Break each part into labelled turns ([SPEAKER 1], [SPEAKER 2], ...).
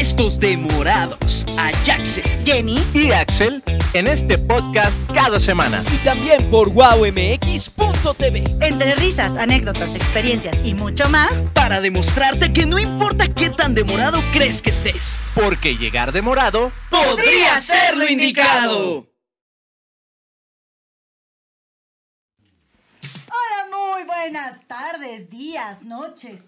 [SPEAKER 1] Estos demorados, Ajaxe, Jenny
[SPEAKER 2] y Axel en este podcast cada semana.
[SPEAKER 3] Y también por wowmx.tv.
[SPEAKER 4] Entre risas, anécdotas, experiencias y mucho más.
[SPEAKER 1] Para demostrarte que no importa qué tan demorado crees que estés.
[SPEAKER 2] Porque llegar demorado
[SPEAKER 1] podría ser lo indicado.
[SPEAKER 4] Hola, muy buenas tardes, días, noches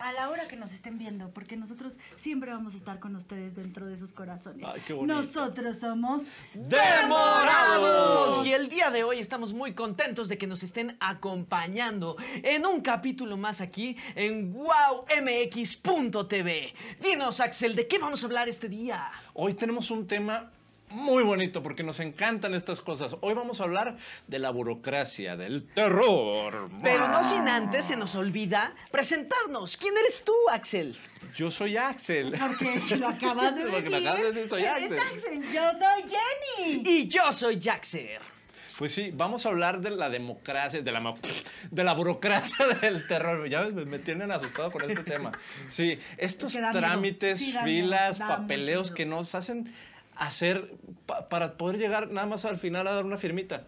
[SPEAKER 4] a la hora que nos estén viendo, porque nosotros siempre vamos a estar con ustedes dentro de sus corazones.
[SPEAKER 2] Ay, qué bonito.
[SPEAKER 4] nosotros somos
[SPEAKER 5] ¡Demorados! Y el día de hoy estamos muy contentos de que nos estén acompañando en un capítulo más aquí en wowmx.tv. Dinos, Axel, ¿de qué vamos a hablar este día?
[SPEAKER 2] Hoy tenemos un tema muy bonito porque nos encantan estas cosas. Hoy vamos a hablar de la burocracia, del terror.
[SPEAKER 5] Pero no sin antes se nos olvida presentarnos. ¿Quién eres tú, Axel?
[SPEAKER 2] Yo soy Axel.
[SPEAKER 4] Porque lo acabas de
[SPEAKER 2] Lo
[SPEAKER 4] decir.
[SPEAKER 2] que me acabas de decir, soy
[SPEAKER 4] Eres
[SPEAKER 2] Axel.
[SPEAKER 4] Axel, Yo soy Jenny.
[SPEAKER 5] Y yo soy Jaxer.
[SPEAKER 2] Pues sí, vamos a hablar de la democracia, de la, ma- de la burocracia del terror. Ya ves, me, me tienen asustado con este tema. Sí, estos
[SPEAKER 4] Es que da miedo.
[SPEAKER 2] trámites,
[SPEAKER 4] Sí, da miedo,
[SPEAKER 2] filas,
[SPEAKER 4] da
[SPEAKER 2] papeleos
[SPEAKER 4] mucho miedo.
[SPEAKER 2] que nos hacen hacer pa- para poder llegar nada más al final a dar una firmita.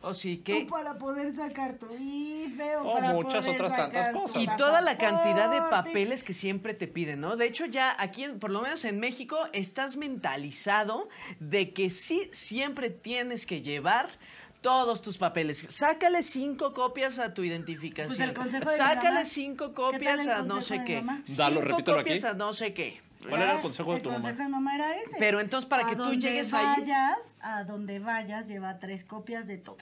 [SPEAKER 5] O Oh, sí
[SPEAKER 4] Tú
[SPEAKER 5] que...
[SPEAKER 4] para poder sacar tu IFE o
[SPEAKER 2] Oh,
[SPEAKER 4] para
[SPEAKER 2] muchas
[SPEAKER 4] poder
[SPEAKER 2] otras
[SPEAKER 4] sacar
[SPEAKER 2] tantas
[SPEAKER 4] tu
[SPEAKER 2] cosas.
[SPEAKER 5] Y toda la cantidad de
[SPEAKER 4] pasaporte.
[SPEAKER 5] papeles que siempre te piden, ¿no? De hecho, ya aquí, en- por lo menos en México, estás mentalizado de que sí siempre tienes que llevar todos tus papeles. Sácale cinco copias a tu identificación.
[SPEAKER 4] Pues el consejo de mi
[SPEAKER 5] Sácale
[SPEAKER 4] mamá.
[SPEAKER 5] cinco
[SPEAKER 4] ¿Qué tal el
[SPEAKER 5] copias a no
[SPEAKER 4] consejo
[SPEAKER 5] sé
[SPEAKER 4] de
[SPEAKER 5] qué.
[SPEAKER 4] mi mamá?
[SPEAKER 5] Cinco
[SPEAKER 2] Dalo, repítelo aquí.
[SPEAKER 5] copias a no sé qué.
[SPEAKER 2] ¿Cuál era el consejo de tu
[SPEAKER 4] El
[SPEAKER 2] mamá?
[SPEAKER 4] consejo de mamá era ese.
[SPEAKER 5] Pero entonces, para
[SPEAKER 4] A
[SPEAKER 5] que tú
[SPEAKER 4] donde
[SPEAKER 5] llegues ahí-
[SPEAKER 4] vayas, A donde vayas, lleva tres copias de todo.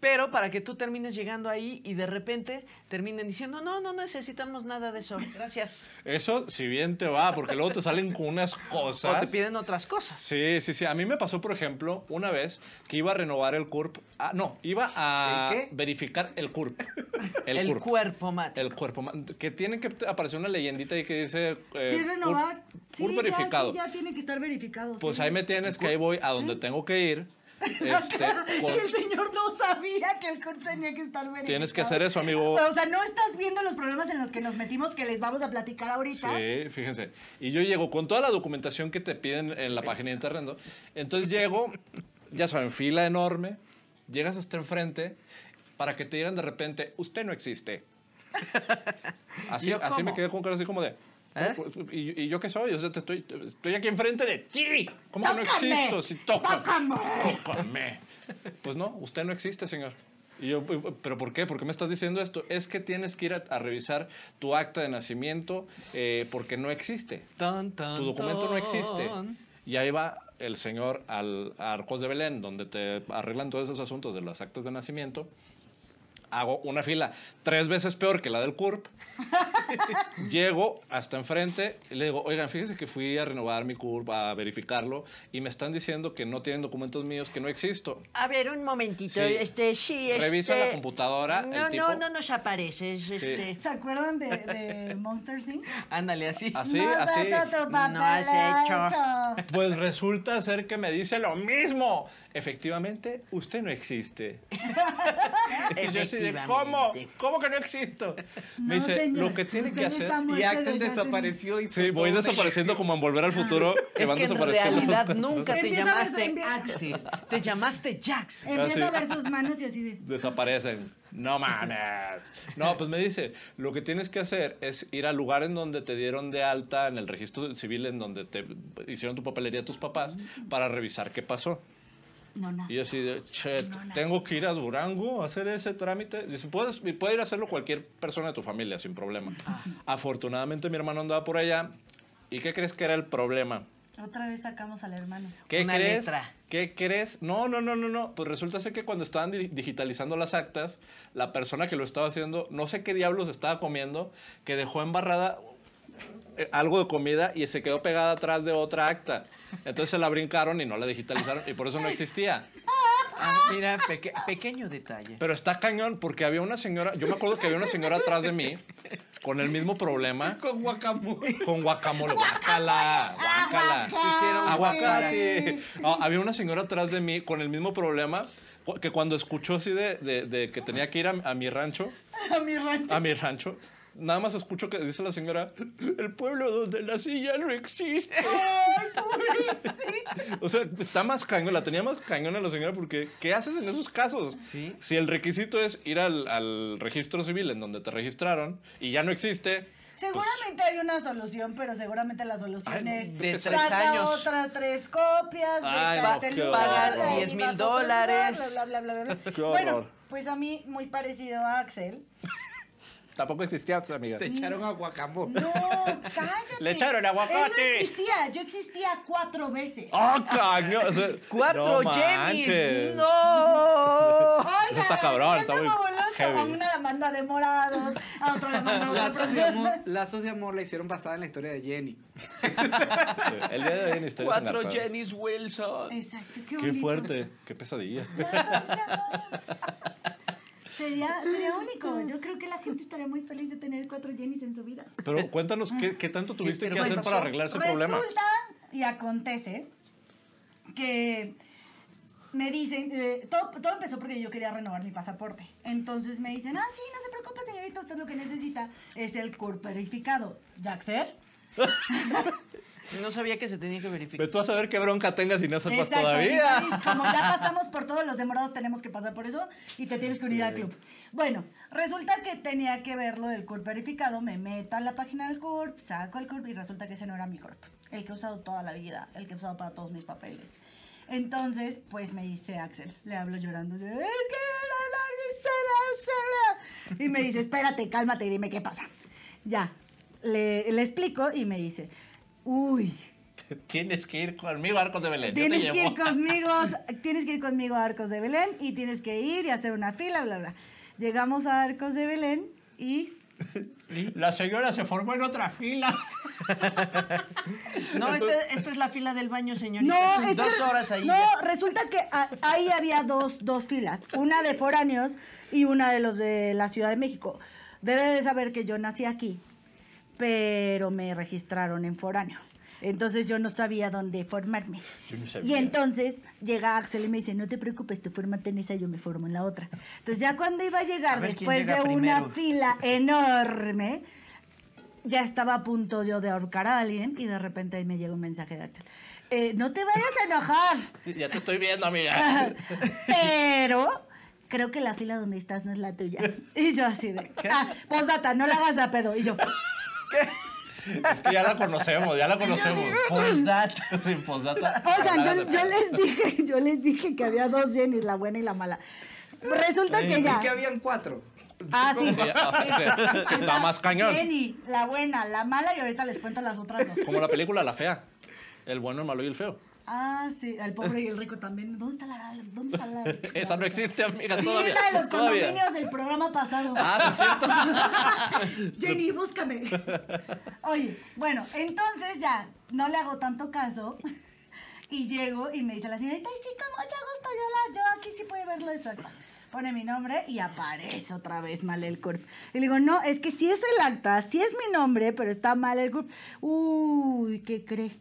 [SPEAKER 5] Pero para que tú termines llegando ahí y de repente terminen diciendo, no, no necesitamos nada de eso. Gracias.
[SPEAKER 2] Eso, si bien te va, porque luego te salen con unas
[SPEAKER 5] O
[SPEAKER 2] cosas.
[SPEAKER 5] te piden otras cosas.
[SPEAKER 2] Sí, sí, sí. A mí me pasó, por ejemplo, una vez que iba a renovar el CURP. Ah, no, iba a
[SPEAKER 5] ¿El qué?
[SPEAKER 2] verificar el CURP.
[SPEAKER 5] El,
[SPEAKER 2] CURP.
[SPEAKER 5] cuerpo, Matt.
[SPEAKER 2] El cuerpo. ma- Que tiene que t- aparecer una leyendita ahí que dice. eh,
[SPEAKER 4] sí, renovar.
[SPEAKER 2] CURP-
[SPEAKER 4] sí,
[SPEAKER 2] CURP
[SPEAKER 4] ya,
[SPEAKER 2] verificado.
[SPEAKER 4] sí, Ya, tiene que estar verificado.
[SPEAKER 2] Pues
[SPEAKER 4] sí.
[SPEAKER 2] ahí me tienes que ahí voy a donde
[SPEAKER 4] Sí.
[SPEAKER 2] tengo que ir. Este, con-
[SPEAKER 4] Y el señor no sabía que el CURP tenía que estar verificado.
[SPEAKER 2] Tienes que hacer eso, amigo.
[SPEAKER 4] O sea, no estás viendo los problemas en los que nos metimos que les vamos a platicar ahorita.
[SPEAKER 2] Sí, fíjense. Y yo llego con toda la documentación que te piden en la página de internet. Entonces llego, ya saben, fila enorme. Llegas hasta enfrente para que te digan de repente, usted no existe. Así,
[SPEAKER 5] ¿Yo
[SPEAKER 2] así me
[SPEAKER 5] cómo?
[SPEAKER 2] quedé con cara así como de...
[SPEAKER 5] ¿Eh?
[SPEAKER 2] "No, pues, ¿Y, y yo qué soy? O sea, te estoy, estoy aquí enfrente de ti. ¿Cómo que no
[SPEAKER 4] ¡Tócame!
[SPEAKER 2] existo? Si toca-
[SPEAKER 4] ¡Tócame!
[SPEAKER 2] tócame. Pues no, usted no existe, señor. Y yo, ¿pero por qué? ¿Por qué me estás diciendo esto? Es que tienes que ir a, a revisar tu acta de nacimiento eh, porque no existe.
[SPEAKER 5] Tan, tan,
[SPEAKER 2] Tu documento no existe.
[SPEAKER 5] tan.
[SPEAKER 2] Y ahí va el señor al a Arcos de Belén, donde te arreglan todos esos asuntos de las actas de nacimiento. Hago una fila tres veces peor que la del CURP. Llego hasta enfrente y le digo, oigan, fíjense que fui a renovar mi CURP, a verificarlo, y me están diciendo que no tienen documentos míos, que no existo.
[SPEAKER 6] A ver, un momentito.
[SPEAKER 2] Sí.
[SPEAKER 6] Este, sí, este...
[SPEAKER 2] Revisa la computadora, el
[SPEAKER 6] No,
[SPEAKER 2] tipo.
[SPEAKER 6] no, no nos apareces. Este.
[SPEAKER 4] ¿Se acuerdan de, de Monster Inc?
[SPEAKER 5] Ándale, así.
[SPEAKER 2] Así,
[SPEAKER 4] no, has
[SPEAKER 2] así.
[SPEAKER 4] hecho tu
[SPEAKER 6] No has
[SPEAKER 4] papel
[SPEAKER 2] Pues resulta ser que me dice lo mismo. Efectivamente, usted no existe. Y yo así de, ¿cómo?
[SPEAKER 6] Efectivamente.
[SPEAKER 2] ¿Cómo que no existo? Me
[SPEAKER 4] No,
[SPEAKER 2] dice,
[SPEAKER 4] señor,
[SPEAKER 2] lo que tienen
[SPEAKER 4] usted
[SPEAKER 2] que
[SPEAKER 4] está
[SPEAKER 2] hacer...
[SPEAKER 4] muerto
[SPEAKER 7] Y Axel
[SPEAKER 4] desde hace-
[SPEAKER 7] desapareció y
[SPEAKER 2] Sí, voy desapareciendo como en Volver al Futuro.
[SPEAKER 5] Es
[SPEAKER 2] van
[SPEAKER 5] que en
[SPEAKER 2] desapareciendo.
[SPEAKER 5] realidad nunca te
[SPEAKER 4] Empieza a ver-
[SPEAKER 5] llamaste
[SPEAKER 4] empieza-
[SPEAKER 5] Axel, te llamaste Jax.
[SPEAKER 4] Empieza a
[SPEAKER 2] Así.
[SPEAKER 4] ver sus manos y así de.
[SPEAKER 2] Desaparecen. No mames. No, pues me dice, lo que tienes que hacer es ir al lugar en donde te dieron de alta, en el registro civil, en donde te hicieron tu papelería tus papás, para revisar qué pasó.
[SPEAKER 4] No, no.
[SPEAKER 2] Y yo así de, che, tengo que ir a Durango a hacer ese trámite. Dice, puedes, y puede ir a hacerlo cualquier persona de tu familia sin problema. Afortunadamente mi hermano andaba por allá. ¿Y qué crees que era el problema?
[SPEAKER 4] Otra vez sacamos al hermano.
[SPEAKER 2] ¿Qué
[SPEAKER 5] Una
[SPEAKER 2] crees?
[SPEAKER 5] letra.
[SPEAKER 2] ¿Qué crees? No, no, no, no, no. Pues resulta ser que cuando estaban di- digitalizando las actas, la persona que lo estaba haciendo, no sé qué diablos estaba comiendo, que dejó embarrada eh, algo de comida y se quedó pegada atrás de otra acta. Entonces se la brincaron y no la digitalizaron y por eso no existía.
[SPEAKER 5] Ah, mira, peque- pequeño detalle.
[SPEAKER 2] Pero está cañón porque había una señora, yo me acuerdo que había una señora atrás de mí con el mismo problema,
[SPEAKER 7] Con guacamole.
[SPEAKER 2] con guacamole, guacala, guacala.
[SPEAKER 5] Hicieron
[SPEAKER 2] Aguacate. Ah, había una señora atrás de mí con el mismo problema cu- que cuando escuchó así de, de- de que tenía que ir a, a mi rancho,
[SPEAKER 4] A mi rancho.
[SPEAKER 2] a mi rancho, nada más escucho que dice la señora, el pueblo donde nací ya no existe.
[SPEAKER 4] ¡Ay, pobrecita!
[SPEAKER 2] O sea, está más cañón, la tenía más cañona la señora porque ¿qué haces en esos casos?
[SPEAKER 5] Sí.
[SPEAKER 2] Si el requisito es ir al, al registro civil en donde te registraron y ya no existe,
[SPEAKER 4] Seguramente hay una solución, pero seguramente la solución
[SPEAKER 2] Ay,
[SPEAKER 4] es
[SPEAKER 5] de tres
[SPEAKER 4] saca
[SPEAKER 5] años.
[SPEAKER 4] otra tres copias,
[SPEAKER 2] Ay,
[SPEAKER 4] vete
[SPEAKER 2] no,
[SPEAKER 4] a este
[SPEAKER 2] qué
[SPEAKER 4] lugar,
[SPEAKER 2] horror.
[SPEAKER 4] ahí
[SPEAKER 2] Diez
[SPEAKER 5] mil
[SPEAKER 4] vas a otro
[SPEAKER 5] dólares.
[SPEAKER 4] lugar, bla, bla, bla, bla, bla.
[SPEAKER 2] Qué horror.
[SPEAKER 4] bueno, pues a mí muy parecido a Axel.
[SPEAKER 2] tampoco existía, pues, amiga.
[SPEAKER 7] Te echaron a guacamole.
[SPEAKER 4] No, cállate.
[SPEAKER 2] Oh. Le echaron aguacate.
[SPEAKER 4] Él no existía, yo existía cuatro veces.
[SPEAKER 2] ¡Ah, cañón! O sea, no
[SPEAKER 5] Cuatro
[SPEAKER 2] manches.
[SPEAKER 5] Jennys. ¡No!
[SPEAKER 4] Oiga,
[SPEAKER 2] está cabrón,
[SPEAKER 4] está
[SPEAKER 2] está muy
[SPEAKER 4] fabuloso.
[SPEAKER 2] heavy.
[SPEAKER 4] A una la manda de morados, a otra la manda de
[SPEAKER 7] Lazos de,
[SPEAKER 4] otro.
[SPEAKER 7] amor, lazos de amor la hicieron basada en la historia de Jenny.
[SPEAKER 2] Sí, El día de hoy en historias
[SPEAKER 5] Cuatro
[SPEAKER 2] engarzadas.
[SPEAKER 5] Jennys Wilson.
[SPEAKER 4] Exacto,
[SPEAKER 2] Qué
[SPEAKER 4] qué bonito.
[SPEAKER 2] fuerte, qué pesadilla.
[SPEAKER 4] Lazos de amor. Sería, sería único. Yo creo que la gente estaría muy feliz de tener cuatro Jennys en su vida.
[SPEAKER 2] Pero cuéntanos qué, qué tanto tuviste que
[SPEAKER 5] Pero
[SPEAKER 2] hacer
[SPEAKER 5] pasó.
[SPEAKER 2] para arreglar ese problema.
[SPEAKER 4] Resulta y acontece que me dicen, eh, todo, todo empezó porque yo quería renovar mi pasaporte. Entonces me dicen, ah, sí, no se preocupe, señorita, usted lo que necesita es el corporificado. Jaxer.
[SPEAKER 5] No sabía que se tenía que verificar.
[SPEAKER 2] Ve tú a saber qué bronca tengas y no sepas
[SPEAKER 4] Exacto,
[SPEAKER 2] todavía.
[SPEAKER 4] y- y como ya pasamos por todos los demorados, tenemos que pasar por eso y te tienes que unir al club. Bueno, resulta que tenía que ver lo del CURP verificado, me meto a la página del CURP, saco el CURP y resulta que ese no era mi CURP, el que he usado toda la vida, el que he usado para todos mis papeles. Entonces, pues me dice Axel, le hablo llorando, así, es que la, la, la, la, la, la". y me dice, espérate, cálmate y dime qué pasa. Ya, le, le explico y me dice, uy,
[SPEAKER 2] Tienes que ir conmigo, Arcos de Belén. yo te
[SPEAKER 4] Tienes que
[SPEAKER 2] llevo.
[SPEAKER 4] ir conmigo, tienes que ir conmigo a Arcos de Belén y tienes que ir y hacer una fila, bla, bla. Llegamos a Arcos de Belén y
[SPEAKER 2] La señora se formó en otra fila.
[SPEAKER 5] No, esta, esta es la fila del baño, señorita.
[SPEAKER 4] no,
[SPEAKER 5] Sus
[SPEAKER 4] es que-
[SPEAKER 5] Dos horas ahí.
[SPEAKER 4] No, resulta que a- ahí había dos, dos filas, una de foráneos y una de los de la Ciudad de México. Debe de saber que yo nací aquí, pero me registraron en foráneo. Entonces yo no sabía dónde formarme.
[SPEAKER 2] Yo no
[SPEAKER 4] Y
[SPEAKER 2] sabía.
[SPEAKER 4] entonces llega Axel y me dice, no te preocupes, tú fórmate en esa y yo me formo en la otra. Entonces ya cuando iba a llegar
[SPEAKER 5] A ver quién
[SPEAKER 4] después
[SPEAKER 5] llega
[SPEAKER 4] de una
[SPEAKER 5] primero.
[SPEAKER 4] fila enorme, ya estaba a punto yo de ahorcar a alguien y de repente ahí me llega un mensaje de Axel. "Eh, no te vayas a enojar,
[SPEAKER 2] Ya te estoy viendo, amiga.
[SPEAKER 4] pero creo que la fila donde estás no es la tuya. Y yo así de, ah, postdata, no la hagas de a pedo. Y yo,
[SPEAKER 2] Es que ya la conocemos, ya la conocemos.
[SPEAKER 5] Postdata.
[SPEAKER 2] Sí, postdata.
[SPEAKER 4] Oigan,
[SPEAKER 2] Nada
[SPEAKER 4] yo,
[SPEAKER 2] de
[SPEAKER 4] yo
[SPEAKER 2] pedo.
[SPEAKER 4] les dije, yo les dije que había dos Jennys, la buena y la mala. Resulta que
[SPEAKER 7] Y
[SPEAKER 4] ya.
[SPEAKER 7] que habían cuatro.
[SPEAKER 4] Ah, sí.
[SPEAKER 2] Sí, ya, o sea, está más cañón.
[SPEAKER 4] Jenny, la buena, la mala y ahorita les cuento las otras dos.
[SPEAKER 2] Como la película La Fea. El bueno, el malo y el feo.
[SPEAKER 4] Ah, sí, el pobre y el rico también. ¿Dónde está la dónde está la
[SPEAKER 2] Esa no existe, amiga,
[SPEAKER 4] Sí,
[SPEAKER 2] todavía.
[SPEAKER 4] es la de los
[SPEAKER 2] todavía.
[SPEAKER 4] condominios del programa pasado.
[SPEAKER 2] Ah, sí, es cierto.
[SPEAKER 4] Jenny, búscame. Oye, bueno, entonces ya no le hago tanto caso. Y llego y me dice la señorita, ay, sí, con mucho gusto, yo, la, yo aquí sí puede verlo de su acta. Pone mi nombre y aparece otra vez mal el CURP. Y le digo, no, es que sí es el acta, sí es mi nombre, pero está mal el CURP. Uy, ¿qué cree?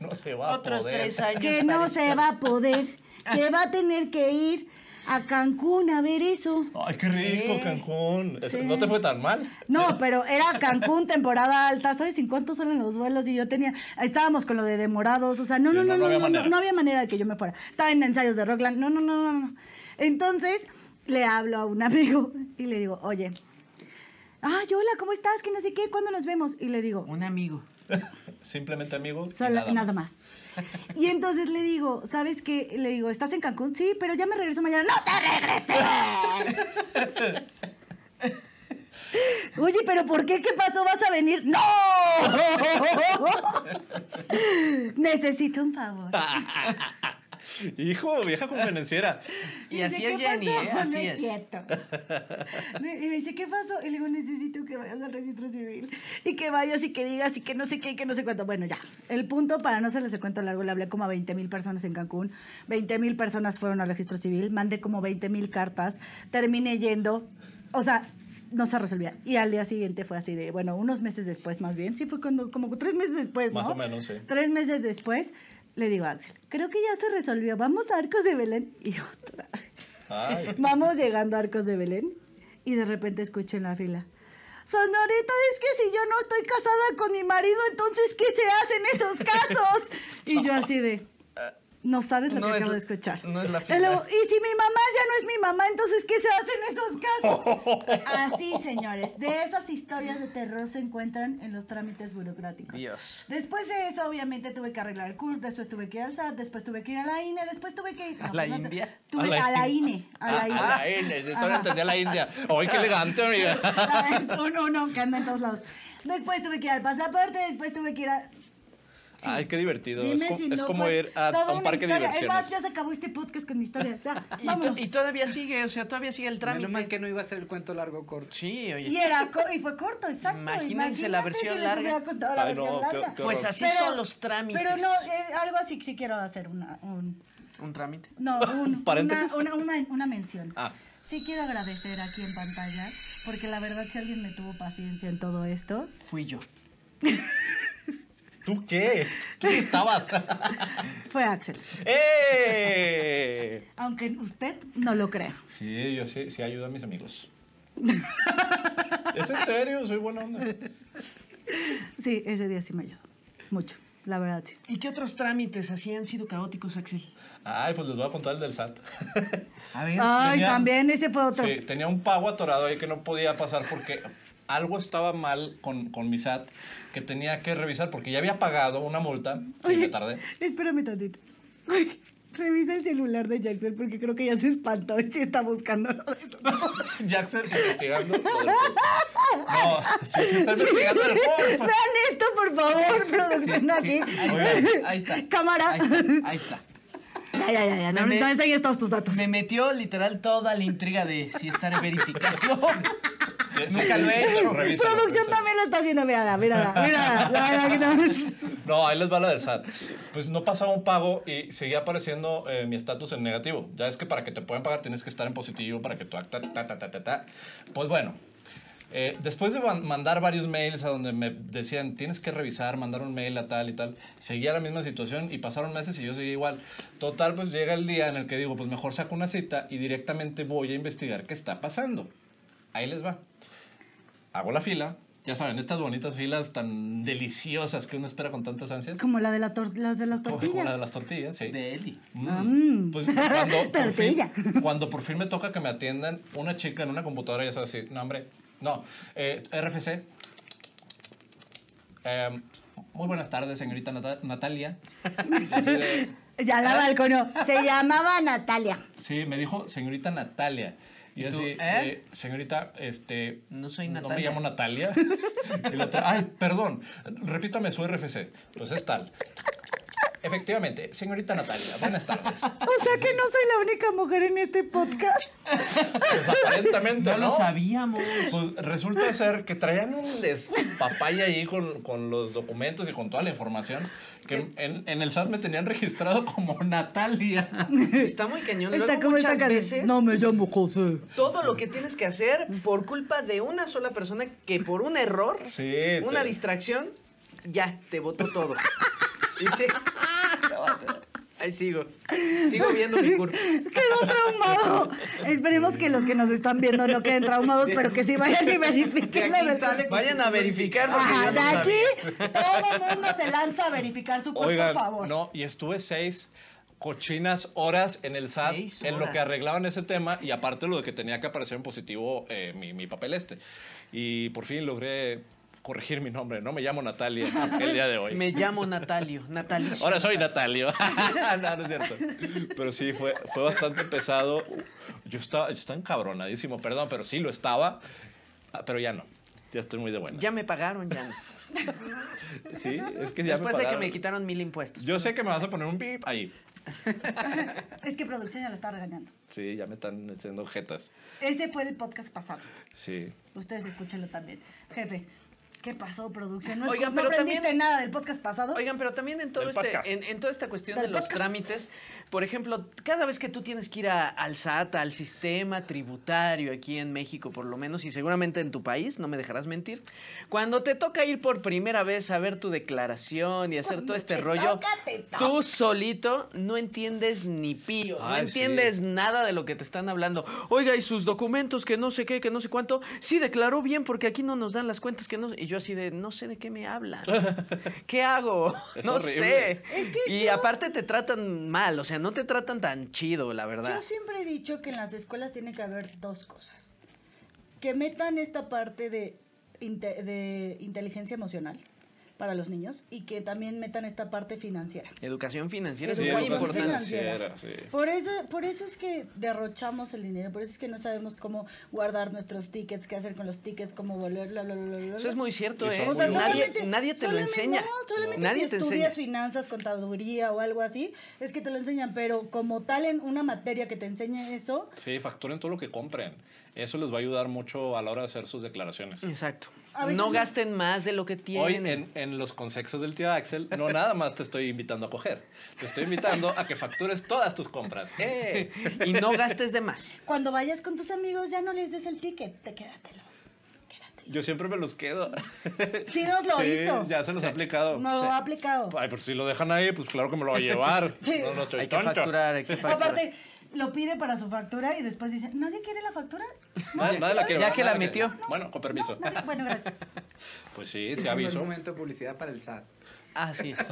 [SPEAKER 2] No se va a
[SPEAKER 5] Otros
[SPEAKER 2] poder.
[SPEAKER 5] tres años.
[SPEAKER 4] Que no
[SPEAKER 5] para
[SPEAKER 4] se
[SPEAKER 5] estar-
[SPEAKER 4] va a poder, que va a tener que ir a Cancún a ver eso.
[SPEAKER 2] Ay, qué rico,
[SPEAKER 5] Sí.
[SPEAKER 2] Cancún. Es-
[SPEAKER 4] Sí.
[SPEAKER 2] No te fue tan mal.
[SPEAKER 4] No, pero era Cancún, temporada alta. ¿Sabes en cuánto salen los vuelos? Y yo tenía. Estábamos con lo de demorados. O sea, no,
[SPEAKER 2] Sí,
[SPEAKER 4] no, no, no, no, no,
[SPEAKER 2] manera.
[SPEAKER 4] no había manera de que yo me fuera. Estaba en ensayos de Rockland. No, no, no, no, no. Entonces le hablo a un amigo y le digo, oye. Ay, hola, ¿cómo estás? Que no sé qué, ¿cuándo nos vemos? Y le digo,
[SPEAKER 5] Un amigo.
[SPEAKER 2] Simplemente amigos. y
[SPEAKER 4] Sola- nada, más. Y entonces le digo, ¿sabes qué? Le digo, ¿estás en Cancún? Sí, pero ya me regreso mañana. ¡No te regreses! Oye, ¿pero por qué? ¿Qué pasó? ¿Vas a venir? ¡No! Necesito un favor.
[SPEAKER 5] Ah,
[SPEAKER 2] Hijo, vieja convenenciera.
[SPEAKER 5] Y
[SPEAKER 4] me
[SPEAKER 5] así
[SPEAKER 4] dice,
[SPEAKER 5] es
[SPEAKER 4] "¿Qué
[SPEAKER 5] Jenny,
[SPEAKER 4] pasó?"
[SPEAKER 5] ¿eh? Así
[SPEAKER 4] no
[SPEAKER 5] es.
[SPEAKER 4] es cierto. Me- Y me dice, ¿qué pasó? Y le digo, necesito que vayas al registro civil y que vayas y que digas y que no sé qué, y que no sé cuánto. Bueno, ya. El punto, para no hacerles el cuento largo, le hablé como a 20 mil personas en Cancún. 20 mil personas fueron al registro civil. Mandé como 20 mil cartas. Terminé yendo. O sea, no se resolvía. Y al día siguiente fue así de, bueno, unos meses después más bien. Sí, fue cuando, como tres meses después,
[SPEAKER 2] Más
[SPEAKER 4] ¿no?
[SPEAKER 2] o menos, sí.
[SPEAKER 4] Tres meses después, le digo a Axel, creo que ya se resolvió. Vamos a Arcos de Belén. Y otra
[SPEAKER 2] Ay.
[SPEAKER 4] Vamos llegando a Arcos de Belén y de repente escucho en la fila. Sonorita, es que si yo no estoy casada con mi marido, entonces, ¿qué se hace en esos casos? Y yo así de... No sabes lo
[SPEAKER 8] No
[SPEAKER 4] que
[SPEAKER 8] es
[SPEAKER 4] acabo
[SPEAKER 8] la-
[SPEAKER 4] de escuchar.
[SPEAKER 8] no es la
[SPEAKER 4] Y
[SPEAKER 8] fila.
[SPEAKER 4] luego, y si mi mamá ya no es mi mamá, entonces, ¿qué se hace en esos casos? Así, señores, de esas historias de terror se encuentran en los trámites burocráticos.
[SPEAKER 8] Dios.
[SPEAKER 4] Después de eso, obviamente, tuve que arreglar el CURP, después tuve que ir al SAT, después tuve que ir a la INE, después tuve que ir...
[SPEAKER 8] ¿A
[SPEAKER 4] no,
[SPEAKER 8] la
[SPEAKER 4] pues no te-
[SPEAKER 8] India?
[SPEAKER 4] Tuve,
[SPEAKER 2] A la
[SPEAKER 4] a la INE. A la INE.
[SPEAKER 2] Ah, a la India, si todavía
[SPEAKER 4] Ajá. Ah,
[SPEAKER 2] entendía la India. ¡Ay, qué elegante, amiga!
[SPEAKER 4] Es un uno que anda en todos lados. Después tuve que ir al pasaporte, después tuve que ir a... Sí.
[SPEAKER 2] Ay, qué divertido. es
[SPEAKER 4] Dime
[SPEAKER 2] co-
[SPEAKER 4] si
[SPEAKER 2] es
[SPEAKER 4] no
[SPEAKER 2] como
[SPEAKER 4] fue
[SPEAKER 2] ir a,
[SPEAKER 4] toda
[SPEAKER 2] a un
[SPEAKER 4] una
[SPEAKER 2] parque de
[SPEAKER 4] historia. Es más,
[SPEAKER 2] diversiones.
[SPEAKER 4] ya se acabó este podcast con mi historia. Ya,
[SPEAKER 5] Y, to-
[SPEAKER 4] vámonos.
[SPEAKER 5] y todavía sigue, o sea, todavía sigue el trámite.
[SPEAKER 7] Menos mal que no iba a ser el cuento largo o corto.
[SPEAKER 5] Sí, oye.
[SPEAKER 4] Y, era co- y fue corto, exacto.
[SPEAKER 5] Imagínense
[SPEAKER 4] Imagínate
[SPEAKER 5] la
[SPEAKER 4] si
[SPEAKER 5] versión
[SPEAKER 4] les
[SPEAKER 5] larga.
[SPEAKER 4] hubiera contado la
[SPEAKER 2] Ay, no,
[SPEAKER 4] versión
[SPEAKER 2] qué-
[SPEAKER 4] larga.
[SPEAKER 2] qué
[SPEAKER 5] Pues
[SPEAKER 2] horror.
[SPEAKER 5] así son los trámites.
[SPEAKER 4] Pero no, eh, algo así sí quiero hacer una... un-
[SPEAKER 5] Un trámite.
[SPEAKER 4] no, un-
[SPEAKER 2] Paréntesis.
[SPEAKER 4] una, una, una- una mención.
[SPEAKER 2] Ah,
[SPEAKER 4] Sí quiero agradecer aquí en pantalla, porque la verdad si alguien me tuvo paciencia en todo esto,
[SPEAKER 5] Fui yo.
[SPEAKER 8] ¿Tú qué? ¿Tú qué estabas?
[SPEAKER 4] fue Axel.
[SPEAKER 8] ¡Eh!
[SPEAKER 4] Aunque usted no lo crea.
[SPEAKER 2] sí, yo sí, sí ayudo a mis amigos. es en serio, soy buena onda.
[SPEAKER 4] Sí, ese día sí me ayudó. Mucho, la verdad sí.
[SPEAKER 5] ¿Y qué otros trámites así han sido caóticos, Axel?
[SPEAKER 2] Ay, pues les voy a contar el del SAT.
[SPEAKER 5] A ver.
[SPEAKER 4] Ay,
[SPEAKER 2] tenía-
[SPEAKER 4] también ese fue otro.
[SPEAKER 2] Sí, tenía un pago atorado ahí que no podía pasar porque algo estaba mal con, con mi SAT que tenía que revisar porque ya había pagado una multa y me
[SPEAKER 4] Oye,
[SPEAKER 2] tardé.
[SPEAKER 4] Espérame tantito. Uy, Revisa el celular de Jackson porque creo que ya se espantó y sí está buscando lo de eso.
[SPEAKER 2] Jackson investigando. lo del PURP. No, sí, sí está investigando el PURP.
[SPEAKER 4] Vean esto, por favor, producción
[SPEAKER 8] sí,
[SPEAKER 4] aquí.
[SPEAKER 8] oigan, ahí está.
[SPEAKER 4] Cámara.
[SPEAKER 8] Ahí está, ahí está.
[SPEAKER 4] Ya, ya, ya, ya. No,
[SPEAKER 5] Me-
[SPEAKER 4] no enseñes todos tus datos.
[SPEAKER 5] Me metió literal toda la intriga de si estaré verificado.
[SPEAKER 2] Sí, sí,
[SPEAKER 5] Nunca
[SPEAKER 2] sí,
[SPEAKER 5] lo he
[SPEAKER 2] sí, revísalo,
[SPEAKER 5] hecho.
[SPEAKER 4] Producción
[SPEAKER 2] revísalo.
[SPEAKER 4] también lo está haciendo. Mírala, mírala, mírala. La verdad que no.
[SPEAKER 2] No, ahí les va la del SAT. Pues no pasaba un pago y seguía apareciendo eh, mi estatus en negativo. Ya es que para que te puedan pagar tienes que estar en positivo para que tu acta, ta, ta, ta, ta, ta. Pues bueno, eh, después de man- mandar varios mails a donde me decían tienes que revisar, mandar un mail a tal y tal, seguía la misma situación y pasaron meses y yo seguía igual. Total, pues llega el día en el que digo, pues mejor saco una cita y directamente voy a investigar qué está pasando. Ahí les va hago la fila. Ya saben, estas bonitas filas tan deliciosas que uno espera con tantas ansias.
[SPEAKER 4] Como la de, la tor- las de las
[SPEAKER 2] Como la de
[SPEAKER 4] tortillas.
[SPEAKER 2] las tortillas, sí.
[SPEAKER 5] De Eli.
[SPEAKER 2] Mm.
[SPEAKER 4] Ah, mm.
[SPEAKER 2] Pues cuando por, fin,
[SPEAKER 4] Tortilla.
[SPEAKER 2] cuando por fin me toca que me atiendan una chica en una computadora, ya sabes, así, no, hombre, no, eh, RFC. Em, muy buenas tardes, señorita Nata- Natalia. Y así de,
[SPEAKER 4] Ya la balconó. Se llamaba Natalia.
[SPEAKER 2] Sí, me dijo señorita Natalia. Y yo
[SPEAKER 5] tú,
[SPEAKER 2] así,
[SPEAKER 5] ¿eh?
[SPEAKER 2] eh, señorita, este...
[SPEAKER 5] No soy
[SPEAKER 2] No me
[SPEAKER 5] Natalia.
[SPEAKER 2] llamo Natalia. Y la otra, ay, perdón, repítame su RFC. Pues es tal. Efectivamente, señorita Natalia, buenas tardes.
[SPEAKER 4] O sea que no soy la única mujer en este podcast.
[SPEAKER 2] Pues aparentemente,
[SPEAKER 5] No
[SPEAKER 2] ¿no?
[SPEAKER 5] lo sabíamos.
[SPEAKER 2] Pues resulta ser que traían un papaya ahí con, con los documentos y con toda la información que en, en el SAT me tenían registrado como Natalia.
[SPEAKER 5] Está muy cañón.
[SPEAKER 4] Está
[SPEAKER 5] Luego
[SPEAKER 4] como esta
[SPEAKER 5] muchas
[SPEAKER 4] canción.
[SPEAKER 5] veces
[SPEAKER 4] No me llamo José.
[SPEAKER 5] todo lo que tienes que hacer por culpa de una sola persona que por un error,
[SPEAKER 2] Sí,
[SPEAKER 5] una
[SPEAKER 2] te-
[SPEAKER 5] distracción, ya te botó todo. Y sí. Ahí sigo. Sigo viendo mi curva.
[SPEAKER 4] Quedó traumado. Esperemos que los que nos están viendo no queden traumados, pero que sí vayan y
[SPEAKER 5] Que
[SPEAKER 4] verifiquen la
[SPEAKER 5] aquí
[SPEAKER 4] verdad.
[SPEAKER 5] sale, vayan a verificar. porque
[SPEAKER 4] Ajá,
[SPEAKER 5] yo no
[SPEAKER 4] de
[SPEAKER 5] sabía.
[SPEAKER 4] aquí todo el mundo se lanza a verificar su cuerpo,
[SPEAKER 2] Oigan,
[SPEAKER 4] por favor.
[SPEAKER 2] no, y estuve seis cochinas horas en el SAT
[SPEAKER 5] Seis
[SPEAKER 2] en lo que
[SPEAKER 5] horas.
[SPEAKER 2] arreglaban ese tema y aparte lo de que tenía que aparecer en positivo eh, mi, mi papel este. Y por fin logré corregir mi nombre, no me llamo Natalia el día de hoy.
[SPEAKER 5] Me llamo Natalio. Natalio.
[SPEAKER 2] Ahora soy Natalio. no, no es cierto. Pero sí, fue, fue bastante pesado. Yo estaba, yo estaba encabronadísimo, perdón, pero sí lo estaba, Ah, pero ya no. Ya estoy muy de buena.
[SPEAKER 5] Ya me pagaron, ya. no.
[SPEAKER 2] Sí, es que ya me
[SPEAKER 5] Después de que
[SPEAKER 2] pagaron.
[SPEAKER 5] me quitaron mil impuestos.
[SPEAKER 2] Yo sé que me vas a poner un pip ahí.
[SPEAKER 4] Es que producción ya lo está regañando.
[SPEAKER 2] Sí, ya me están echando jetas.
[SPEAKER 4] Ese fue el podcast pasado.
[SPEAKER 2] Sí.
[SPEAKER 4] Ustedes escúchenlo también. Jefes, ¿qué pasó, producción? No,
[SPEAKER 5] Oigan,
[SPEAKER 4] Oigan, no
[SPEAKER 5] pero
[SPEAKER 4] aprendiste
[SPEAKER 5] también-
[SPEAKER 4] nada del podcast pasado.
[SPEAKER 5] Oigan, pero también en todo
[SPEAKER 2] Del
[SPEAKER 5] este,
[SPEAKER 2] podcast.
[SPEAKER 5] en, en toda esta cuestión
[SPEAKER 4] Del
[SPEAKER 5] de los
[SPEAKER 4] podcast.
[SPEAKER 5] trámites, Por ejemplo, cada vez que tú tienes que ir a- al SAT, al sistema tributario aquí en México, por lo menos, y seguramente en tu país, no me dejarás mentir, cuando te toca ir por primera vez a ver tu declaración y hacer todo este rollo, tú solito no entiendes ni pío, no
[SPEAKER 2] Ay, sí.
[SPEAKER 5] entiendes nada de lo que te están hablando. Oiga, y sus documentos, que no sé qué, que no sé cuánto, sí declaró bien porque aquí no nos dan las cuentas, que no... sé-". Y yo así de, no sé de qué me hablan. ¿Qué hago?
[SPEAKER 2] Es
[SPEAKER 5] no
[SPEAKER 2] horrible.
[SPEAKER 5] sé.
[SPEAKER 4] Es que
[SPEAKER 5] y
[SPEAKER 4] yo-
[SPEAKER 5] aparte te tratan mal, o sea, no te tratan tan chido, la verdad.
[SPEAKER 4] Yo siempre he dicho que en las escuelas tiene que haber dos cosas. Que metan esta parte de, inte- de inteligencia emocional para los niños y que también metan esta parte financiera.
[SPEAKER 5] Educación financiera
[SPEAKER 2] Sí,
[SPEAKER 5] es muy
[SPEAKER 2] educación
[SPEAKER 5] importante.
[SPEAKER 2] financiera, sí.
[SPEAKER 4] Por eso, por eso es que derrochamos el dinero, por eso es que no sabemos cómo guardar nuestros tickets, qué hacer con los tickets, cómo volver, bla, bla, bla, bla, bla.
[SPEAKER 5] Eso es muy cierto,
[SPEAKER 2] Y son
[SPEAKER 5] ¿eh?
[SPEAKER 2] muy buenos.
[SPEAKER 5] nadie,
[SPEAKER 4] solamente-
[SPEAKER 5] nadie te lo
[SPEAKER 4] solamente-
[SPEAKER 5] enseña.
[SPEAKER 4] No, solamente
[SPEAKER 5] nadie
[SPEAKER 4] si
[SPEAKER 5] te enseña.
[SPEAKER 4] estudias finanzas, contaduría o algo así, es que te lo enseñan, pero como tal en una materia que te enseñe eso,
[SPEAKER 2] Sí, facturen todo lo que compren. Eso les va a ayudar mucho a la hora de hacer sus declaraciones.
[SPEAKER 5] Exacto.
[SPEAKER 4] A veces
[SPEAKER 5] No
[SPEAKER 4] los-
[SPEAKER 5] gasten más de lo que
[SPEAKER 2] Hoy
[SPEAKER 5] tienen.
[SPEAKER 2] en, en los consejos del tío Axel, no nada más te estoy invitando a coger, te estoy invitando a que factures todas tus compras. ¡Eh!
[SPEAKER 5] Y no gastes de más.
[SPEAKER 4] cuando vayas con tus amigos ya no les des el ticket, te quédatelo. Quédatelo.
[SPEAKER 2] Yo siempre me los quedo.
[SPEAKER 4] Sí nos lo
[SPEAKER 2] Sí,
[SPEAKER 4] hizo.
[SPEAKER 2] Ya se los ha aplicado.
[SPEAKER 4] Nos lo ha aplicado.
[SPEAKER 2] Ay, pero si lo dejan ahí, pues claro que me lo va a llevar.
[SPEAKER 4] Sí.
[SPEAKER 2] No, no estoy
[SPEAKER 5] Hay que
[SPEAKER 2] tonto.
[SPEAKER 5] facturar, hay que facturar.
[SPEAKER 4] Aparte, lo pide para su factura y después dice, ¿nadie quiere la factura?
[SPEAKER 2] Nadie- nadie la quiere,
[SPEAKER 5] Ya
[SPEAKER 2] nadie
[SPEAKER 5] que la
[SPEAKER 2] quiere.
[SPEAKER 5] metió.
[SPEAKER 2] Bueno, con permiso.
[SPEAKER 4] No, nadie- Bueno, gracias.
[SPEAKER 2] Pues sí,
[SPEAKER 7] Ese
[SPEAKER 2] se
[SPEAKER 7] fue el
[SPEAKER 2] aviso.
[SPEAKER 7] momento de publicidad para el SAT.
[SPEAKER 5] Así es. Ah,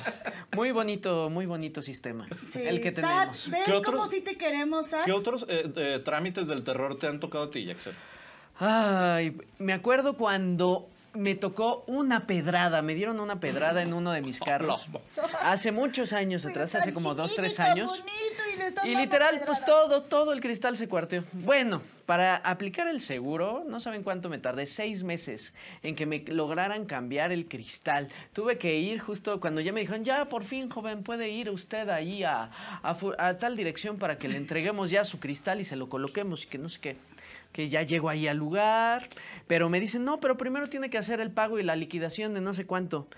[SPEAKER 5] Muy bonito, muy bonito sistema.
[SPEAKER 4] Sí,
[SPEAKER 5] el que
[SPEAKER 4] Sat,
[SPEAKER 5] tenemos.
[SPEAKER 4] ¿Ves
[SPEAKER 2] ¿Qué otro-
[SPEAKER 4] cómo sí te queremos, Sat?
[SPEAKER 2] ¿Qué otros eh, eh, trámites del terror te han tocado a ti, Jackson?
[SPEAKER 5] Ay, me acuerdo cuando me tocó una pedrada, me dieron una pedrada en uno de mis carros. Hace muchos años
[SPEAKER 4] Pero
[SPEAKER 5] atrás,
[SPEAKER 4] tan
[SPEAKER 5] hace como dos,
[SPEAKER 4] chiquito y
[SPEAKER 5] tres
[SPEAKER 4] tan
[SPEAKER 5] años.
[SPEAKER 4] bonito y le están
[SPEAKER 5] Y
[SPEAKER 4] dando
[SPEAKER 5] literal, pues
[SPEAKER 4] pedradas.
[SPEAKER 5] todo, todo el cristal se cuarteó. Bueno, para aplicar el seguro, no saben cuánto me tardé, seis meses en que me lograran cambiar el cristal. Tuve que ir justo cuando ya me dijeron, ya por fin, joven, puede ir usted ahí a, a fu- a tal dirección para que le entreguemos ya su cristal y se lo coloquemos y que no sé qué. Que ya llego ahí al lugar, pero me dicen, no, pero primero tiene que hacer el pago y la liquidación de no sé cuánto.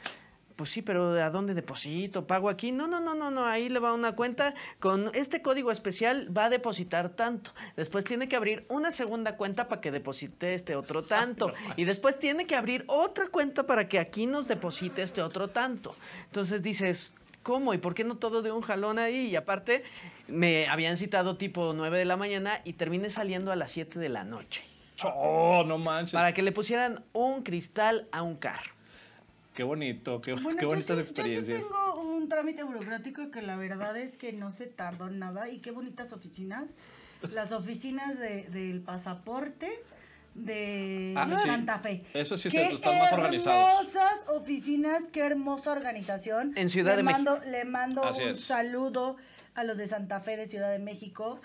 [SPEAKER 5] Pues sí, pero ¿a dónde deposito? ¿Pago aquí? No, no, no, no, no. Ahí le va una cuenta. Con este código especial va a depositar tanto. Después tiene que abrir una segunda cuenta para que deposite este otro tanto. y después tiene que abrir otra cuenta para que aquí nos deposite este otro tanto. Entonces dices, ¿cómo? ¿Y por qué no todo de un jalón ahí? Y aparte, me habían citado tipo 9 de la mañana y terminé saliendo a las 7 de la noche.
[SPEAKER 4] Ah, pues,
[SPEAKER 2] ¡Oh, no manches!
[SPEAKER 5] Para que le pusieran un cristal a un carro.
[SPEAKER 2] Qué bonito, qué,
[SPEAKER 4] Bueno,
[SPEAKER 2] qué
[SPEAKER 4] yo
[SPEAKER 2] bonitas
[SPEAKER 4] sí-
[SPEAKER 2] experiencias.
[SPEAKER 4] Yo sí tengo un trámite burocrático que la verdad es que no se tardó en nada y qué bonitas oficinas. Las oficinas de- del pasaporte de
[SPEAKER 2] Ah, sí.
[SPEAKER 4] Santa Fe.
[SPEAKER 2] Eso sí,
[SPEAKER 4] Qué
[SPEAKER 2] se- están más organizados.
[SPEAKER 4] hermosas oficinas, qué hermosa organización.
[SPEAKER 5] En Ciudad
[SPEAKER 4] le
[SPEAKER 5] de
[SPEAKER 4] mando, Le mando
[SPEAKER 2] Así
[SPEAKER 4] un
[SPEAKER 2] es.
[SPEAKER 4] saludo a los de Santa Fe de Ciudad de México,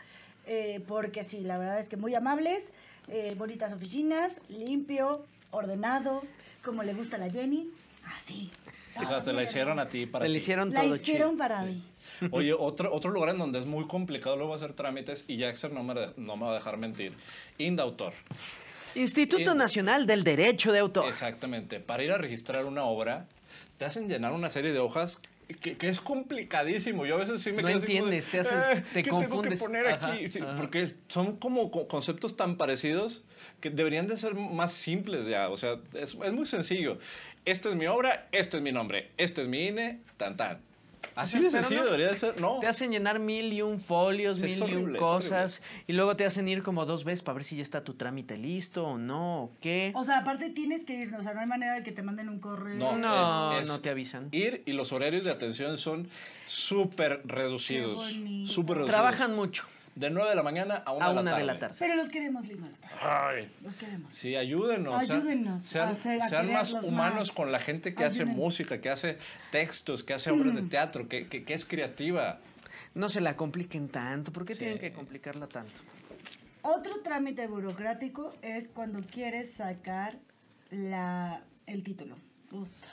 [SPEAKER 4] eh, porque sí, la verdad es que muy amables, eh, bonitas oficinas, limpio, ordenado, como le gusta a la Jenny, así.
[SPEAKER 2] O sea, te la hicieron a ti para
[SPEAKER 5] Le
[SPEAKER 2] ti.
[SPEAKER 5] hicieron
[SPEAKER 4] La
[SPEAKER 5] todo chido.
[SPEAKER 4] hicieron para mí.
[SPEAKER 2] Oye, otro, otro lugar en donde es muy complicado luego hacer trámites, y Jackson no me, de- no me va a dejar mentir, Indautor.
[SPEAKER 5] Instituto
[SPEAKER 2] Eh,
[SPEAKER 5] Nacional del Derecho de Autor.
[SPEAKER 2] Exactamente. Para ir a registrar una obra, te hacen llenar una serie de hojas que, que es complicadísimo. Yo a veces sí me
[SPEAKER 5] No
[SPEAKER 2] quedo así como de, "Eh,
[SPEAKER 5] entiendes, te haces- te
[SPEAKER 2] ¿qué
[SPEAKER 5] confundes?"
[SPEAKER 2] Tengo que poner
[SPEAKER 5] Ajá,
[SPEAKER 2] aquí? Sí,
[SPEAKER 5] ajá.
[SPEAKER 2] porque son como co- conceptos tan parecidos que deberían de ser más simples ya. O sea, es, es muy sencillo. Esta es mi obra, este es mi nombre, este es mi INE, tan tan. Así de
[SPEAKER 5] Pero
[SPEAKER 2] sencillo
[SPEAKER 5] no,
[SPEAKER 2] debería de ser. No.
[SPEAKER 5] Te hacen llenar mil y un folios,
[SPEAKER 2] Es
[SPEAKER 5] mil y un
[SPEAKER 2] horrible, es
[SPEAKER 5] cosas. Y luego te hacen ir como dos veces para ver si ya está tu trámite listo o no, o qué.
[SPEAKER 4] O sea, aparte tienes que ir, o sea, no hay manera de que te manden un correo.
[SPEAKER 2] No,
[SPEAKER 5] No,
[SPEAKER 2] es- es-
[SPEAKER 5] no te avisan.
[SPEAKER 2] Ir y los horarios de atención son súper reducidos.
[SPEAKER 4] Qué bonito.
[SPEAKER 2] Súper reducidos.
[SPEAKER 5] Trabajan mucho.
[SPEAKER 2] de 9 de la mañana a 1
[SPEAKER 5] A una de la tarde.
[SPEAKER 4] Pero los queremos, Lima,
[SPEAKER 2] Ay.
[SPEAKER 4] los queremos.
[SPEAKER 2] Sí, ayúdenos. sean-
[SPEAKER 4] Ayúdenos
[SPEAKER 2] Sean,
[SPEAKER 4] a hacer- a
[SPEAKER 2] sean más
[SPEAKER 4] quererlos
[SPEAKER 2] humanos
[SPEAKER 4] más.
[SPEAKER 2] con la gente que hace
[SPEAKER 4] Ayúdenos.
[SPEAKER 2] música, que hace textos, que hace obras de teatro, que, que- que es creativa.
[SPEAKER 5] No se la compliquen tanto. ¿Por qué
[SPEAKER 2] Sí.
[SPEAKER 5] tienen que complicarla tanto?
[SPEAKER 4] Otro trámite burocrático es cuando quieres sacar la, el título. Puta.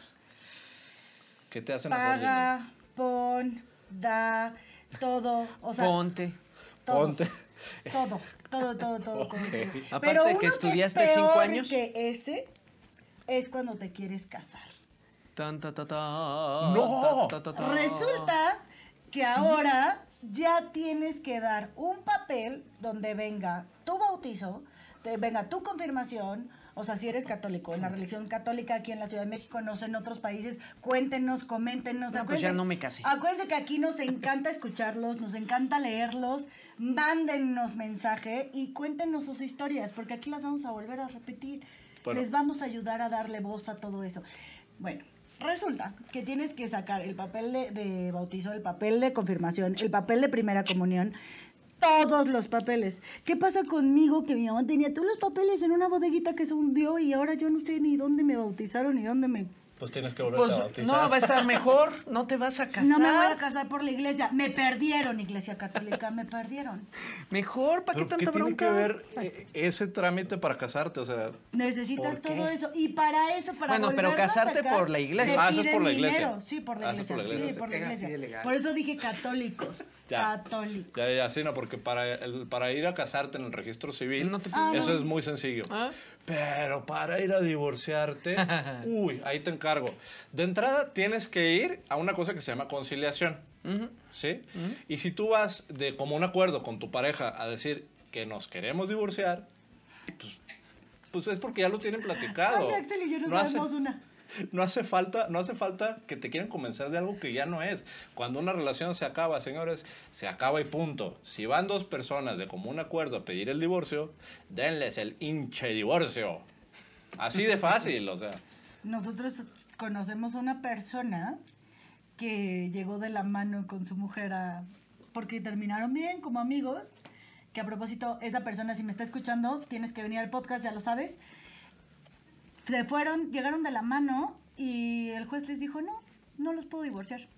[SPEAKER 2] Que te hacen hacer dinero.
[SPEAKER 4] Paga, pon, da, todo. O sea,
[SPEAKER 5] Ponte.
[SPEAKER 4] todo.
[SPEAKER 2] Ponte.
[SPEAKER 4] Todo, todo, todo, todo. todo,
[SPEAKER 2] Ok.
[SPEAKER 4] todo.
[SPEAKER 5] Aparte
[SPEAKER 4] Pero
[SPEAKER 5] de que
[SPEAKER 4] uno es
[SPEAKER 5] estudiaste cinco
[SPEAKER 4] peor
[SPEAKER 5] años.
[SPEAKER 4] que ese es cuando te quieres casar.
[SPEAKER 5] Tan, ta, ta, ta,
[SPEAKER 2] ¡No!
[SPEAKER 5] ta, ta, ta, ta.
[SPEAKER 4] Resulta que ahora ya tienes que dar un papel donde venga tu bautizo, te venga tu confirmación. O sea, si eres católico, en la religión católica aquí en la Ciudad de México, no sé, en otros países, cuéntenos, coméntenos.
[SPEAKER 5] No, pues ya
[SPEAKER 4] acuérdense-
[SPEAKER 5] no me casé.
[SPEAKER 4] Acuérdense que aquí nos encanta escucharlos, nos encanta leerlos, mándennos mensaje y cuéntenos sus historias, porque aquí las vamos a volver a repetir.
[SPEAKER 2] Bueno.
[SPEAKER 4] Les vamos a ayudar a darle voz a todo eso. Bueno, resulta que tienes que sacar el papel de, de bautizo, el papel de confirmación, el papel de primera comunión, todos los papeles. ¿Qué pasa conmigo que mi mamá tenía todos los papeles en una bodeguita que se hundió y ahora yo no sé ni dónde me bautizaron ni dónde me
[SPEAKER 8] Pues tienes que volver a
[SPEAKER 5] Pues no,
[SPEAKER 8] bautizar.
[SPEAKER 5] va a estar mejor. No te vas a casar.
[SPEAKER 4] No me voy a casar por la iglesia. Me perdieron, iglesia católica, me perdieron.
[SPEAKER 5] Mejor, ¿para qué
[SPEAKER 2] ¿Pero
[SPEAKER 5] tanta
[SPEAKER 2] tiene
[SPEAKER 5] bronca?
[SPEAKER 2] que ver eh, ese trámite para casarte? O sea,
[SPEAKER 4] Necesitas
[SPEAKER 2] ¿Por qué?
[SPEAKER 4] todo eso. Y para eso, para
[SPEAKER 5] Bueno, pero
[SPEAKER 4] volverlo a
[SPEAKER 5] casarte
[SPEAKER 4] sacar,
[SPEAKER 5] por la iglesia.
[SPEAKER 4] te
[SPEAKER 2] Ah, eso es por
[SPEAKER 4] piden
[SPEAKER 2] la iglesia.
[SPEAKER 4] dinero. Sí, por la
[SPEAKER 2] Ah, eso es
[SPEAKER 4] iglesia.
[SPEAKER 2] por la iglesia,
[SPEAKER 4] Sí,
[SPEAKER 2] sí.
[SPEAKER 4] por la
[SPEAKER 7] Es así de
[SPEAKER 4] iglesia.
[SPEAKER 7] legal.
[SPEAKER 4] Por eso dije católicos.
[SPEAKER 2] Ya.
[SPEAKER 4] Católicos.
[SPEAKER 2] ya, ya, sí, no, porque para, el, para ir a casarte en el registro civil,
[SPEAKER 5] No te
[SPEAKER 4] Ah,
[SPEAKER 2] eso
[SPEAKER 4] no.
[SPEAKER 2] es muy sencillo.
[SPEAKER 5] Ah.
[SPEAKER 2] Pero para ir a divorciarte, uy, ahí te encargo. De entrada, tienes que ir a una cosa que se llama conciliación. ¿Sí? Y si tú vas de como un acuerdo con tu pareja a decir que nos queremos divorciar, pues, pues es porque ya lo tienen platicado.
[SPEAKER 4] Ay, Axel y yo nos
[SPEAKER 2] No hace-
[SPEAKER 4] sabemos una.
[SPEAKER 2] no hace falta, no hace falta que te quieran convencer de algo que ya no es. Cuando una relación se acaba, señores, se acaba y punto. Si van dos personas de común acuerdo a pedir el divorcio, denles el hinche divorcio. Así de fácil, o sea.
[SPEAKER 4] Nosotros conocemos a una persona que llegó de la mano con su mujer a... porque terminaron bien como amigos. Que a propósito, esa persona, si me está escuchando, tienes que venir al podcast, ya lo sabes. Se fueron, llegaron de la mano y el juez les dijo, no, no los puedo divorciar.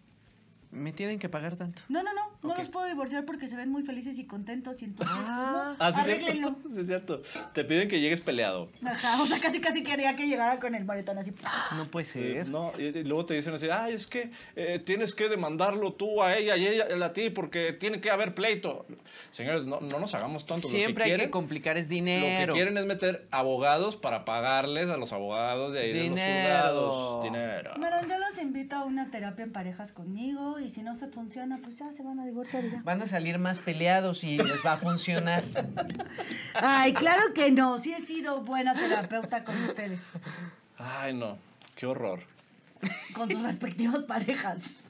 [SPEAKER 5] Me tienen que pagar tanto.
[SPEAKER 4] No, no, no, no los puedo divorciar porque se ven muy felices y contentos y entonces, pues, no,
[SPEAKER 2] Ah, sí es
[SPEAKER 4] arréglenlo.
[SPEAKER 2] cierto, sí es cierto. Te piden que llegues peleado.
[SPEAKER 4] Ajá, o sea, casi casi quería que llegara con el moretón así.
[SPEAKER 5] No puede
[SPEAKER 2] Eh,
[SPEAKER 5] ser.
[SPEAKER 2] no, y, y luego te dicen así, ay, es que eh, tienes que demandarlo tú a ella y ella a ti porque tiene que haber pleito. Señores, no, no nos hagamos tontos. lo que
[SPEAKER 5] Siempre hay que
[SPEAKER 2] quieren-
[SPEAKER 5] complicar es
[SPEAKER 2] Lo que
[SPEAKER 5] dinero.
[SPEAKER 2] quieren es meter abogados para pagarles a los abogados de ahí de los
[SPEAKER 5] Dinero.
[SPEAKER 2] juzgados. Dinero.
[SPEAKER 4] Marón, yo los invito a una terapia en parejas conmigo y si no se funciona, pues ya se van a divorciar y ya.
[SPEAKER 5] Van a salir más peleados y les va a funcionar.
[SPEAKER 4] Ay, claro que no, sí he sido buena terapeuta con ustedes,
[SPEAKER 2] Ay, no. Qué horror.
[SPEAKER 4] con sus respectivas parejas.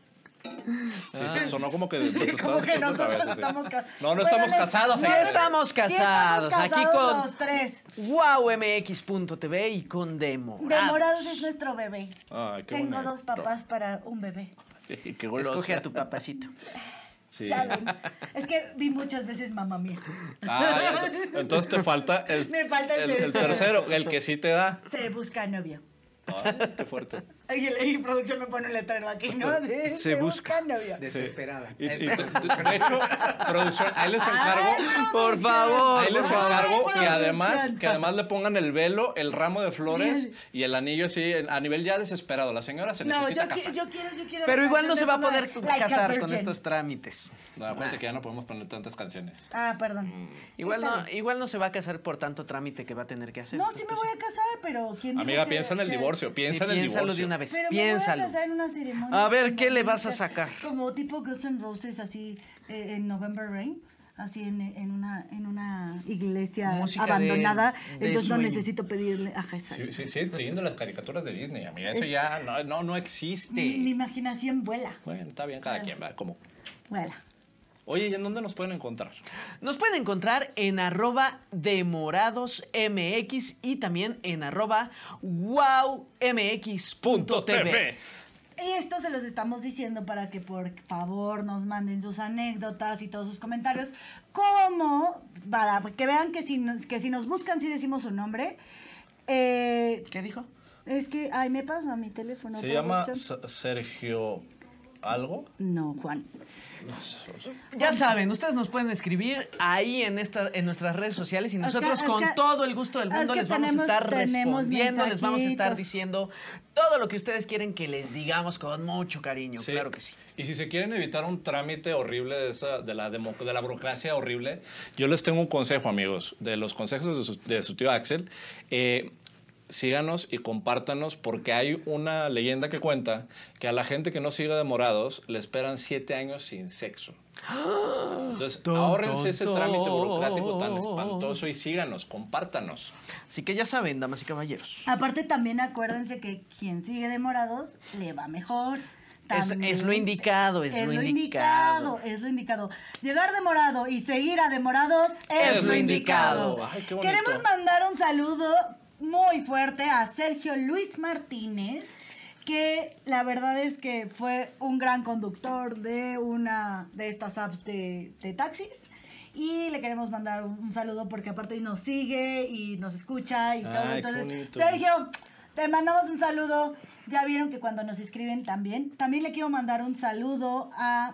[SPEAKER 2] Sí, sí, sonó como que nos estabas
[SPEAKER 4] Como que
[SPEAKER 2] echando otra
[SPEAKER 4] nosotros
[SPEAKER 2] vez, así.
[SPEAKER 4] estamos casados.
[SPEAKER 2] No, no estamos casados.
[SPEAKER 5] Sí
[SPEAKER 2] señores.
[SPEAKER 5] estamos casados,
[SPEAKER 4] Sí estamos
[SPEAKER 5] aquí
[SPEAKER 4] casados
[SPEAKER 5] con-
[SPEAKER 4] los tres.
[SPEAKER 5] WowMX.tv y con Demorados.
[SPEAKER 4] Demorados es nuestro bebé.
[SPEAKER 2] Ay, qué
[SPEAKER 4] Tengo
[SPEAKER 2] bonito.
[SPEAKER 4] dos papás para un bebé.
[SPEAKER 2] Sí, qué goloso.
[SPEAKER 5] Escoge a tu papacito.
[SPEAKER 2] Sí.
[SPEAKER 4] Ya ven. Es que vi muchas veces mamá mía.
[SPEAKER 2] Ah, ya. entonces te falta el,
[SPEAKER 4] Me falta el
[SPEAKER 2] el
[SPEAKER 4] tercero.
[SPEAKER 2] tercero, el que sí te da.
[SPEAKER 4] Se busca novio.
[SPEAKER 2] Ay, qué fuerte.
[SPEAKER 4] Ay, el- Y producción me pone un letrero aquí, ¿no? Sí,
[SPEAKER 2] Se busca.
[SPEAKER 4] novio.
[SPEAKER 7] Desesperada.
[SPEAKER 2] Y- y te- de hecho, producción, ahí les encargo.
[SPEAKER 4] Ay, producción.
[SPEAKER 5] Por favor.
[SPEAKER 2] Ahí les
[SPEAKER 4] Ay,
[SPEAKER 2] encargo que
[SPEAKER 4] producción.
[SPEAKER 2] además, que además le pongan el velo, el ramo de flores y el anillo así, en- a nivel ya desesperado. La señora se
[SPEAKER 4] No,
[SPEAKER 2] necesita
[SPEAKER 4] yo, qui-
[SPEAKER 2] casar.
[SPEAKER 4] yo quiero, yo quiero.
[SPEAKER 5] Pero
[SPEAKER 4] la
[SPEAKER 5] igual no
[SPEAKER 4] canción
[SPEAKER 5] se
[SPEAKER 4] de
[SPEAKER 5] va a
[SPEAKER 4] Madonna,
[SPEAKER 5] poder
[SPEAKER 4] Like a
[SPEAKER 5] casar con
[SPEAKER 4] Virgin.
[SPEAKER 5] estos trámites.
[SPEAKER 2] No, acuérdate que ya no podemos poner tantas canciones.
[SPEAKER 4] Ah, perdón.
[SPEAKER 2] Mm,
[SPEAKER 5] Igual
[SPEAKER 4] Está
[SPEAKER 5] no,
[SPEAKER 4] bien.
[SPEAKER 5] igual no se va a casar por tanto trámite que va a tener que hacer.
[SPEAKER 4] No, sí me voy a casar, pero ¿quién dijo
[SPEAKER 2] Amiga,
[SPEAKER 4] que-
[SPEAKER 2] piensa en el
[SPEAKER 4] que-
[SPEAKER 2] divorcio, piensa en
[SPEAKER 5] Sí,
[SPEAKER 2] el
[SPEAKER 5] piénsalo
[SPEAKER 2] divorcio.
[SPEAKER 5] de una vez.
[SPEAKER 4] Pero me voy
[SPEAKER 5] piénsalo.
[SPEAKER 4] a casar en una ceremonia.
[SPEAKER 5] A ver, ¿qué
[SPEAKER 4] como
[SPEAKER 5] le vas a
[SPEAKER 4] dice-
[SPEAKER 5] sacar?
[SPEAKER 4] Como tipo Guns N' Roses, así eh, en November Rain. Así en, en una, en una iglesia
[SPEAKER 5] Música de-
[SPEAKER 4] abandonada.
[SPEAKER 5] de
[SPEAKER 4] entonces no
[SPEAKER 5] sueño.
[SPEAKER 4] necesito pedirle. Ajá, exacto.
[SPEAKER 2] Sí, sí, sí, siguiendo las caricaturas de Disney, amiga.
[SPEAKER 4] Eh,
[SPEAKER 2] Eso ya no, no, no
[SPEAKER 4] Mi, mi
[SPEAKER 2] existe.
[SPEAKER 4] imaginación vuela.
[SPEAKER 2] Bueno, está bien, cada quien va como.
[SPEAKER 4] Vuela.
[SPEAKER 2] Oye, ¿y en dónde nos pueden encontrar?
[SPEAKER 5] Nos pueden encontrar en arroba demoradosmx y también en arroba wowmx.tv.
[SPEAKER 4] Y esto se los estamos diciendo para que por favor nos manden sus anécdotas y todos sus comentarios, como para que vean que si nos, que si nos buscan, si decimos su nombre. Eh,
[SPEAKER 5] ¿Qué dijo?
[SPEAKER 4] es que, ay, me pasa mi teléfono.
[SPEAKER 2] Se
[SPEAKER 4] por
[SPEAKER 2] llama
[SPEAKER 4] WhatsApp.
[SPEAKER 2] S- Sergio algo.
[SPEAKER 4] No, Juan.
[SPEAKER 5] Ya saben, ustedes nos pueden escribir ahí en, esta, en nuestras redes sociales y nosotros
[SPEAKER 4] es
[SPEAKER 5] con
[SPEAKER 4] que-
[SPEAKER 5] todo el gusto del
[SPEAKER 4] es
[SPEAKER 5] mundo
[SPEAKER 4] que
[SPEAKER 5] les vamos
[SPEAKER 4] tenemos-
[SPEAKER 5] a estar
[SPEAKER 4] tenemos
[SPEAKER 5] respondiendo, les vamos a estar
[SPEAKER 4] mensajitos.
[SPEAKER 5] diciendo todo lo que ustedes quieren que les digamos con mucho cariño,
[SPEAKER 2] Sí.
[SPEAKER 5] claro que sí.
[SPEAKER 2] Y si se quieren evitar un trámite horrible de, esa, de, la, democ- de la burocracia horrible, yo les tengo un consejo, amigos, de los consejos de su, de su tío Axel. Eh, síganos y compártanos porque hay una leyenda que cuenta que a la gente que no siga de morados le esperan siete años sin sexo. Entonces, ahórrense ese trámite burocrático tan espantoso y síganos, compártanos.
[SPEAKER 5] Así que ya saben, damas y caballeros.
[SPEAKER 4] Aparte también acuérdense que quien sigue de morados le va mejor.
[SPEAKER 5] Es-
[SPEAKER 4] También-
[SPEAKER 5] es lo indicado, es lo indicado.
[SPEAKER 4] Es lo indicado. Llegar de morado y seguir a demorados es,
[SPEAKER 5] Es
[SPEAKER 4] lo
[SPEAKER 5] lo
[SPEAKER 4] indicado.
[SPEAKER 2] indicado. Ay, qué bonito.
[SPEAKER 4] Queremos mandar un saludo muy fuerte a Sergio Luis Martínez, que la verdad es que fue un gran conductor de una de estas apps de, de taxis. Y le queremos mandar un, un saludo porque aparte nos sigue y nos escucha y todo.
[SPEAKER 2] Ay, qué
[SPEAKER 4] Entonces,
[SPEAKER 2] bonito.
[SPEAKER 4] Sergio, Sergio, te mandamos un saludo. Ya vieron que cuando nos escriben también. También le quiero mandar un saludo a.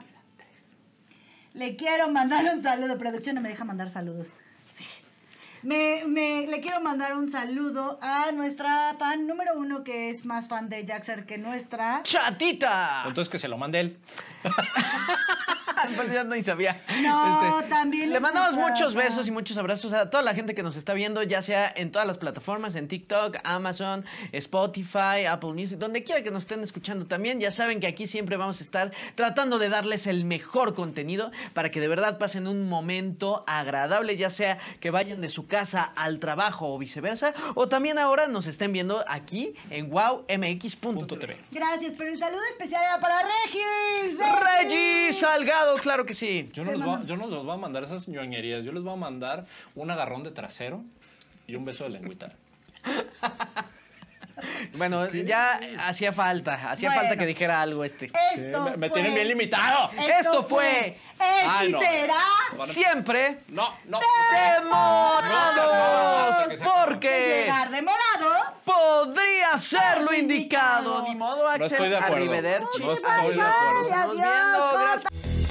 [SPEAKER 4] Le quiero mandar un saludo. Producción no me deja mandar saludos. Sí. Me, me- le quiero mandar un saludo a nuestra fan número uno, que es más fan de Jaxer que nuestra.
[SPEAKER 5] ¡Chatita!
[SPEAKER 2] Entonces, que se lo mande él.
[SPEAKER 5] Pues ya no ni sabía.
[SPEAKER 4] No, también
[SPEAKER 5] Este, Le
[SPEAKER 4] es
[SPEAKER 5] mandamos
[SPEAKER 4] nuestra-
[SPEAKER 5] muchos besos y muchos abrazos a toda la gente que nos está viendo, ya sea en todas las plataformas, en TikTok, Amazon, Spotify, Apple Music, donde quiera que nos estén escuchando también. Ya saben que aquí siempre vamos a estar tratando de darles el mejor contenido para que de verdad pasen un momento agradable, ya sea que vayan de su casa al trabajo o viceversa, o también ahora nos estén viendo aquí en wowmx.tv.
[SPEAKER 4] Gracias, pero el saludo especial era para Regis.
[SPEAKER 5] Reggie Salgado, claro que sí.
[SPEAKER 2] Yo no, les voy, a- yo no les voy a mandar esas ñoñerías, yo les voy a mandar un agarrón de trasero y un beso de lengüita.
[SPEAKER 5] Bueno, ya hacía falta, hacía
[SPEAKER 4] Bueno.
[SPEAKER 5] falta que dijera algo este.
[SPEAKER 4] Esto.
[SPEAKER 2] me me
[SPEAKER 4] fue-
[SPEAKER 2] tienen bien limitado.
[SPEAKER 5] Esto fue-
[SPEAKER 4] Es
[SPEAKER 2] Ah,
[SPEAKER 4] y
[SPEAKER 2] no.
[SPEAKER 4] será.
[SPEAKER 5] Siempre
[SPEAKER 2] No, no.
[SPEAKER 5] Eh, demorados,
[SPEAKER 2] No, no, no,
[SPEAKER 5] porque
[SPEAKER 4] Llegar de morado.
[SPEAKER 5] podría ser lo
[SPEAKER 4] Indicado.
[SPEAKER 5] indicado. Ni modo,
[SPEAKER 2] No
[SPEAKER 5] Axel,
[SPEAKER 2] estoy de acuerdo.
[SPEAKER 5] arrivederci.
[SPEAKER 2] No estoy de acuerdo.
[SPEAKER 5] Nos estamos viendo,
[SPEAKER 4] Adiós,
[SPEAKER 5] gracias.